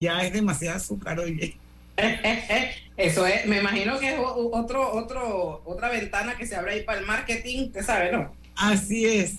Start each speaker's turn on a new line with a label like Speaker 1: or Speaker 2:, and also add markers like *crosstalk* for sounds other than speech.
Speaker 1: ya es demasiado azúcar, oye.
Speaker 2: *laughs* Eso es, me imagino que es otro, otro, otra ventana que se abre ahí para el marketing, usted sabe, ¿no?
Speaker 1: Así es.